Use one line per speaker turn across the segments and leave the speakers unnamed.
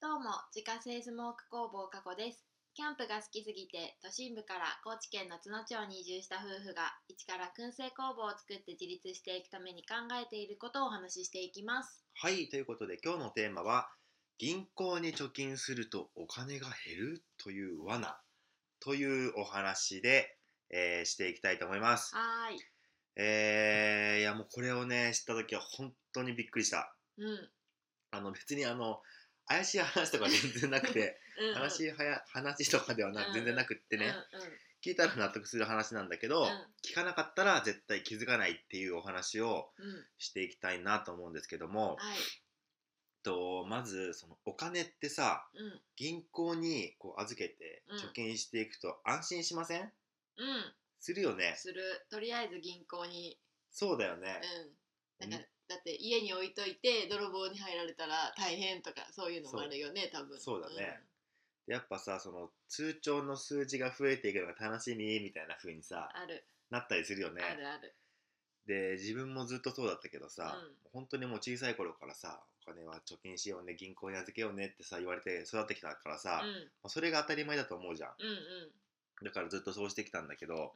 どうも自家製スモーク工房加古ですキャンプが好きすぎて都心部から高知県の津野町に移住した夫婦が一から燻製工房を作って自立していくために考えていることをお話ししていきます
はい、ということで今日のテーマは銀行に貯金するとお金が減るという罠というお話で、えーしていきたいと思います。
はーい
えー、いやもうこれをね知った時は本当にびっくりした。
うん
あの別にあの怪しい話とか全然なくて
うんうん
怪しいはや話とかではな
うん
全然なくってね、聞いたら納得する話なんだけど、
うん
聞かなかったら絶対気づかないっていうお話を
うんうんうん
していきたいなと思うんですけども、
はい
とまずそのお金ってさ
うん
銀行にこう預けて
うん
貯金していくと安心しません、
う
するよね
んするとりあえず銀行に
そうだよね、
うんなんかだって家に置いといて泥棒に入られたら大変とかそういうのもあるよね多分
そうだねでやっぱさその通帳の数字が増えていくのが楽しみみたいな風にさ
うんある
なったりするよね
あるある
で自分もずっとそうだったけどさ、
うん
本当にもう小さい頃からさお金は貯金しようね銀行に預けようねってさ言われて育ってきたからさ
う、ん
まあそれが当たり前だと思うじゃん
うんうん
だからずっとそうしてきたんだけど、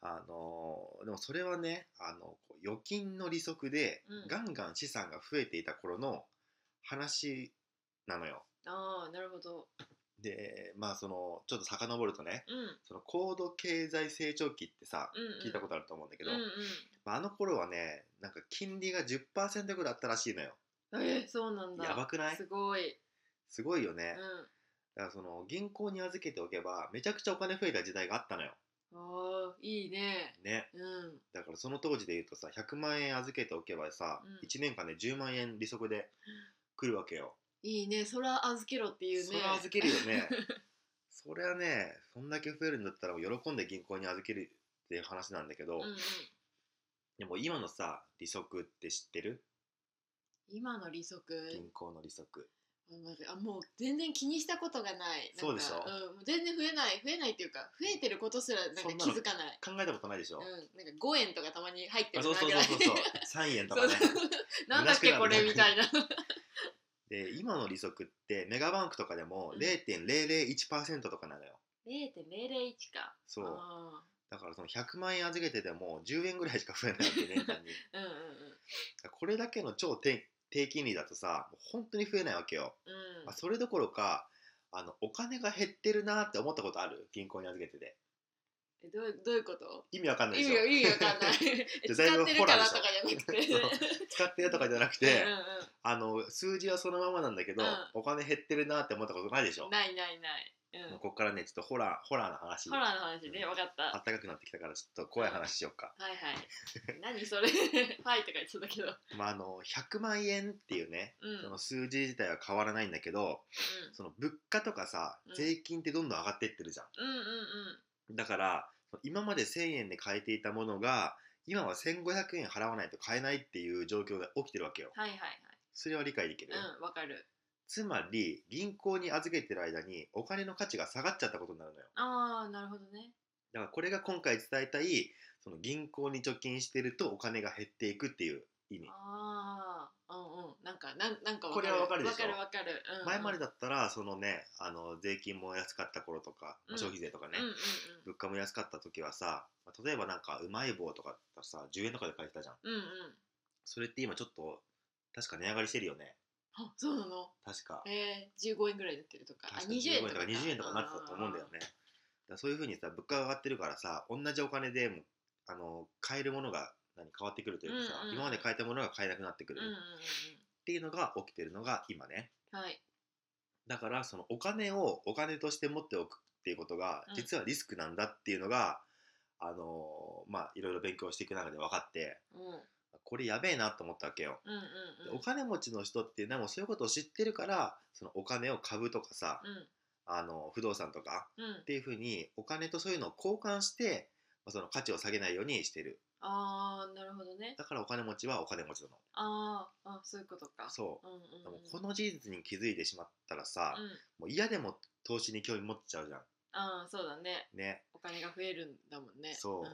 あのーでもそれはねあのこう預金の利息で
うん
ガンガン資産が増えていた頃の話なのよ。
うんああなるほど
でまあそのちょっと遡るとね
うん
その高度経済成長期ってさ
うんうん
聞いたことあると思うんだけど、
うん
まああの頃はねなんか金利が10%ぐらいあったらしいのよ。
うんえーそうなんだ
やばくない
すごい
すごいよ
う
ね。
ん
だからその銀行に預けておけばめちゃくちゃお金増えた時代があったのよ。
ああいいね
ね。
うん
だからその当時で言うとさ100万円預けておけばさ、
うん
1年間で10万円利息で来るわけよ。
いいねそら預けろっていうね
それは預けるよ ねそれはねそんだけ増えるんだったらもう喜んで銀行に預けるっていう話なんだけ
う
ど、
んうん
でも今のさ利息って知ってる
今の利息
銀行の利息
あもう全然気にしたことがないなんか
そうでしょ
うん、もう全然増えない増えないっていうか増えてることすらなんか
そんな
気
の
づかない
考えたことないでしょ、
うん、なんか5円とかたまに入ってる
あそう
な
そう
ぐ
そう
らい
そう そう3円とかね
そう そうなんだっけこれみたいな
で今の利息ってメガバンクとかでも
うん
0.001%とかなのよ
0.001か
そう
あ
だからその100万円預けてても10円ぐらいしか増えないわけ年間に
ーうんうん
これだけの超低低金利だとさもう本当に増えないわけよ
うんうん
あそれどころかあのお金が減ってるなって思ったことある銀行に預けてて
えどうどういうこと
意味わかんない
意
でし
味
ょ
が意味わかんないえ
じゃあ
使
だいぶ
ってるからと
ホ
か
ラ
じゃなくて
そう使ってるとかじゃなくて、
うん
あの数字はそのままなんだけど、
うん
お金減ってるなって思ったことないでし
う
ょ
ん、ないないない、うん
もうここからねちょっとホラーホラーの話
ホラーの話で、
うん
わかった
あったかくなってきたからちょっと怖い話しようか、
はいはい。何それ はいとか言ってたけど。
まあ、あの100万円っていうね
うん。うん。
その数字自体は変わらないんだけどその物価とかさ
うん
税金ってどんどん上がってってるじゃん
うんうん
だから今まで1,000円で買えていたものが今は1,500円払わないと買えないっていう状況が起きてるわけよ
うん。はいはいはい。
それは理解できる、
うん、わかる。
つまり銀行に預けてる間にお金の価値が下がっちゃったことになるのよ
ああ、なるほどね。
だからこれが今回伝えたいその銀行に貯金してるとお金が減っていくっていう意味、
ああ、うんうん。なんか、なんなんか
これはわかるでしょ
わかるわかる。うんうん、
前までだったらそのねあの税金も安かった頃とか、まあ
うん
消費税とかね、
うんうんうん。
物価も安かった時はさまあ例えばなんかうまい棒とかだったらさ10円とかで買えてたじゃん
うんうん。
それって今ちょっと確か値上がりしてるよね
あ、そうなの
確か
えー、15円ぐらいになってるとか。あ、
確か
20
15
円とか。
20円とかなってたと思うんだよねだからそういうふうにさ物価が上がってるからさ同じお金でもあの買えるものが何変わってくるというかさ、
うんうん
今まで買えたものが買えなくなってく
うん
る
うんうん
っ。ていうのが起きてるのが今ね
うんはい。
だからそのお金をお金として持っておくっていうことが
うん
実はリスクなんだっていうのが、あのまあいろいろ勉強していく中で分かって
うん。うん
これやべえなと思ったわけよ。
うん
で
うん。
お金持ちの人っていうのはもうそういうことを知ってるからそのお金を株とかさ、
うん
あの不動産とか
うん
っ。ていうふうにお金とそういうのを交換してまあその価値を下げないようにしてる
ああ、なるほどね。
だからお金持ちはお金持ちなの
あーあ、そういうことか。
そ
うんうんうん。
うでもこの事実に気づいてしまったらさ、
うん。
もう嫌でも投資に興味持っちゃうじゃん
ああ、そうだね。
ね
お金が増えるんだもんね。う
そう
んうん、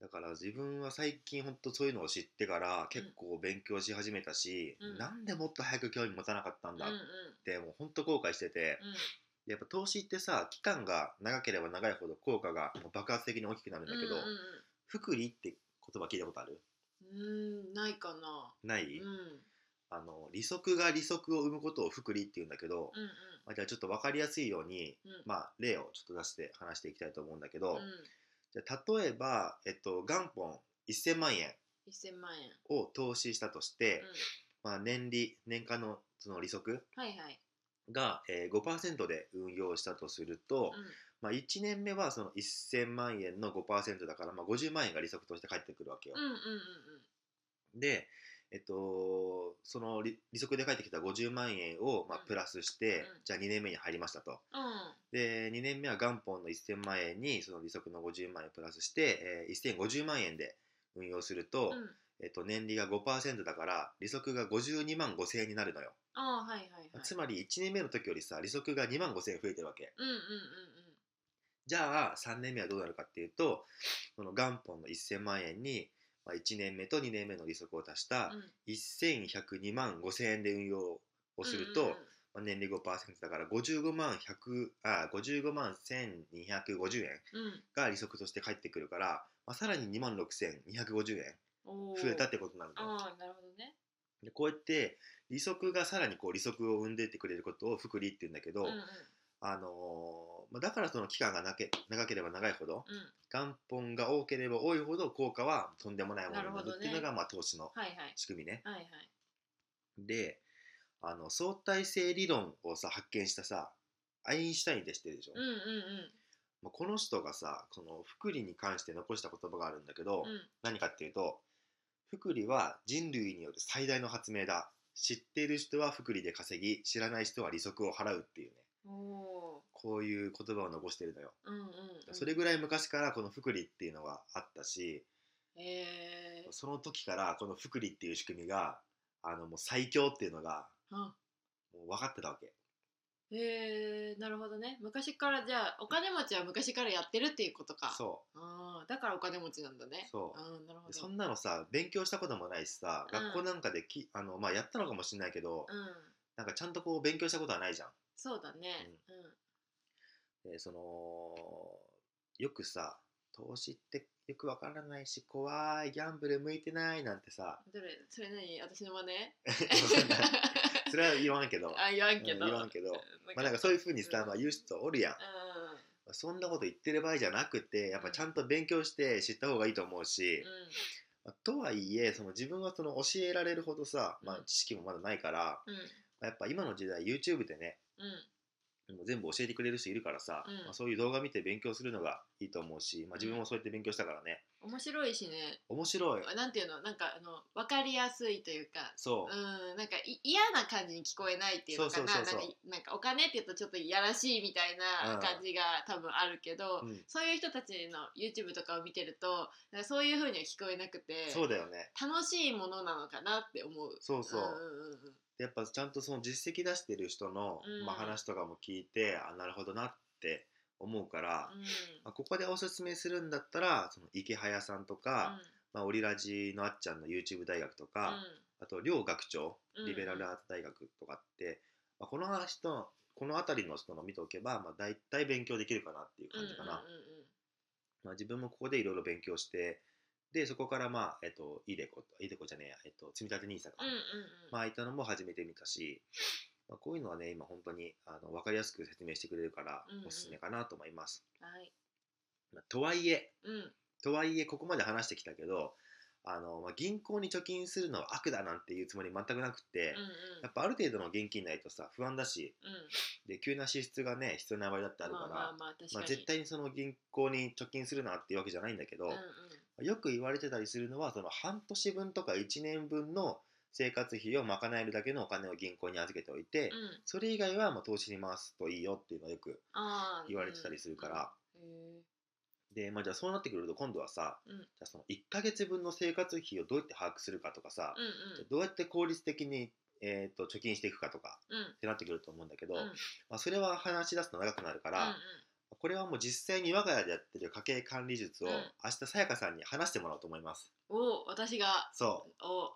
だから自分は最近本当そういうのを知ってから結構勉強し始めたし、
うん
なんでもっと早く興味持たなかったん
うん
だ
う
っ
ん
て、もう本当後悔してて、やっぱ投資ってさ期間が長ければ長いほど効果がもう爆発的に大きくなるんだけど、
うん
福利って言葉聞いたことある
うんうんないかな
ない、
うんうん
あの利息が利息を生むことを福利って言うんだけど、
うん
まあ、じゃあちょっと分かりやすいように、
うん
まあ、例をちょっと出して話していきたいと思うんだけど、
うん
じゃあ例えば、えっと、元本1000万円
1000万円
を投資したとして
う、ん
まあ、年利年間のその利息
はいはい
が、えー、5%で運用したとすると、
うん
まあ、1年目はその1000万円の5%だから、まあ、50万円が利息として返ってくるわけよ。
うんうんうん
で、えっと、その利利息で返ってきた50万円を、まあ
うん、
プラスして、
うん
じゃあ2年目に入りましたと。
うん
で2年目は元本の1000万円にその利息の50万円プラスして、えー、1050万円で運用すると、
うんうん
えっと、年利が5%だから利息が52万5千円になるのよ、
ああはいはいはい
つまり1年目の時よりさ利息が2万5千円増えてるわけ
うんうんうん
じゃあ3年目はどうなるかっていうとその元本の1000万円に、まあ、1年目と2年目の利息を足した
うんうん
1102万5千円で運用をすると、
うんうんうん
まあ、年利5%だから55万100あ55万1250円
うん
が利息として返ってくるから、まあ、さらに2万6250円
おー
増えたってことになるのよ
ああなるほどね
でこうやって利息がさらにこう利息を生んでってくれることを福利って言うんだけど、
うんうん
あのーまあ、だからその期間がなけ長ければ長いほど
うん
元本が多ければ多いほど効果はとんでもないものにな
なるほ
る
ど
っ
ね
ていうのが、まあ、投資の
はいはい
仕組みね。
はいはい
であの相対性理論をさ発見したさアインシュタインって知ってるでしょ、
うんうんうん
まあ、この人がさこの福利に関して残した言葉があるんだけど、
うん
何かっていうと福利は人類による最大の発明だ知っている人は福利で稼ぎ知らない人は利息を払うっていうね
お
こういう言葉を残してるのよ、
ーうんうんうん
それぐらい昔からこの福利っていうのがあったし
へえ
その時からこの福利っていう仕組みがあのもう最強っていうのが
あ
もう分かってたわけ
へえなるほどね昔からじゃあお金持ちは昔からやってるっていうことかう
そ
あーだからお金持ちなんだね
そう
あーなるほ
う
ど
そんなのさ勉強したこともないしさ
うん
学校なんかでき、あのまあ、やったのかもしれないけど、
うん
なんかちゃんとこう勉強したことはないじゃん
そうだねうん
でそのよくさ投資ってよくわからないし怖いギャンブル向いてないなんてさ
どれそれ何私の真似
それは言わんけど
あ言わんけど、
うん言わんけど
な
まあなんかそういうふうにさ、
うん
まあ、言う人おるやん、まあそんなこと言ってる場合じゃなくてやっぱちゃんと勉強して知った方がいいと思うし
う、
まあとはいえその自分はその教えられるほどさ、まあ
うん、
知識もまだないから、
んうん
まあやっぱ今の時代 YouTube でね
うん
もう全部教えてくれる人いるからさ、
うん
まあ、そういう動画見て勉強するのがいいと思うし、まあ、自分もそうやって勉強したからね
うん面白いしね
面白い
あなんていうのなんかあの分かりやすいというか
そう
う、んなんかい嫌な感じに聞こえないっていうのかな
そうそうそうそう
なんかなんかお金って言うとちょっといやらしいみたいな感じが多分あるけど、
うん
そういう人たちの YouTube とかを見てるとなんかそういうふうには聞こえなくて
そうだよね
楽しいものなのかなって思う。
そうそう、
うんうんうん
やっぱちゃんとその実績出してる人の、
うん
まあ、話とかも聞いてあなるほどなって思うから、
うん
まあ、ここでおすすめするんだったらその池早さんとか、まあ、オリラジのあっちゃんの YouTube 大学と
うん
か、あと両学長
うん
リベラルアート大学とかって、まあ、この人のこの辺りの人の見ておけば、まあ、大体勉強できるかなっていう感じかな、
うんうんうんうん
まあ、自分もここでいろいろ勉強してでそこからまあえっとイデコイデコじゃねえや、えっと、積み立て NISA か、
うんうんうん
まあ、ああいったのも始めてみたし、まあ、こういうのはね今本当にあの分かりやすく説明してくれるから
うんうん
おすすめかなと思います。
はい。
まあとはいえ
うん。
とはいえここまで話してきたけどあの、まあ、銀行に貯金するのは悪だなんていうつもり全くなくって、
うん
やっぱある程度の現金ないとさ不安だし
うん。うん。
で急な支出がね必要な場合だってあるから、
まあまあまあ、確かに。
まあ、絶対にその銀行に貯金するなっていうわけじゃないんだけど、
うんうん。
よく言われてたりするのはその半年分とか1年分の生活費を賄えるだけのお金を銀行に預けておいて、
うん。
それ以外はまあ投資に回すといいよっていうのはよく
ああ。
言われてたりするから、
うん。へえ。
で、まあ、じゃあそうなってくると今度はさ、
うん
じゃあその1ヶ月分の生活費をどうやって把握するかとかさ、
うん
じゃあどうやって効率的に、えー、と貯金していくかとか
うん。うん。
ってなってくると思うんだけど、
うん。
まあ、それは話し出すと長くなるから、
うんうん
これはもう実際に我が家でやってる家計管理術を
うん
明日さやかさんに話してもらおうと思います。
おお私が
そ
お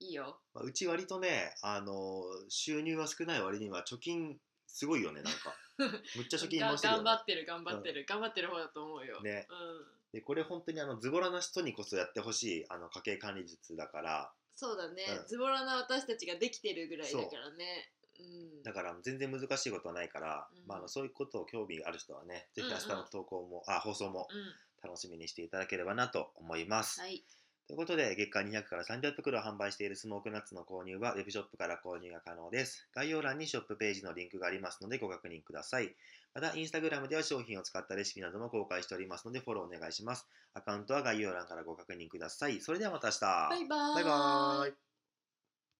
いいよ
う、まあ、うち割とね、あの収入は少ない割には貯金すごいよねな んか。むっちゃ貯金
が
もしてるよ
頑
ね
張。ってる頑張ってる、頑張ってる方だと思うよ、
ね
うん、
でこれ本当にあのズボラな人にこそやってほしいあの家計管理術だから
そうだね、
うん
ズボラな私たちができてるぐらいだからねうん
だから全然難しいことはないから、
うん
まああの、そういうことを興味ある人はねぜひ明日
うん
の
うん
投稿も、あ放送も
うん
楽しみにしていただければなと思います。
はい
ということで月間200から300袋販売しているスモークナッツの購入はウェブショップから購入が可能です。概要欄にショップページのリンクがありますのでご確認ください。またインスタグラムでは商品を使ったレシピなども公開しておりますのでフォローお願いします。アカウントは概要欄からご確認ください。それではまた明日。
バイバーイ
バイバーイ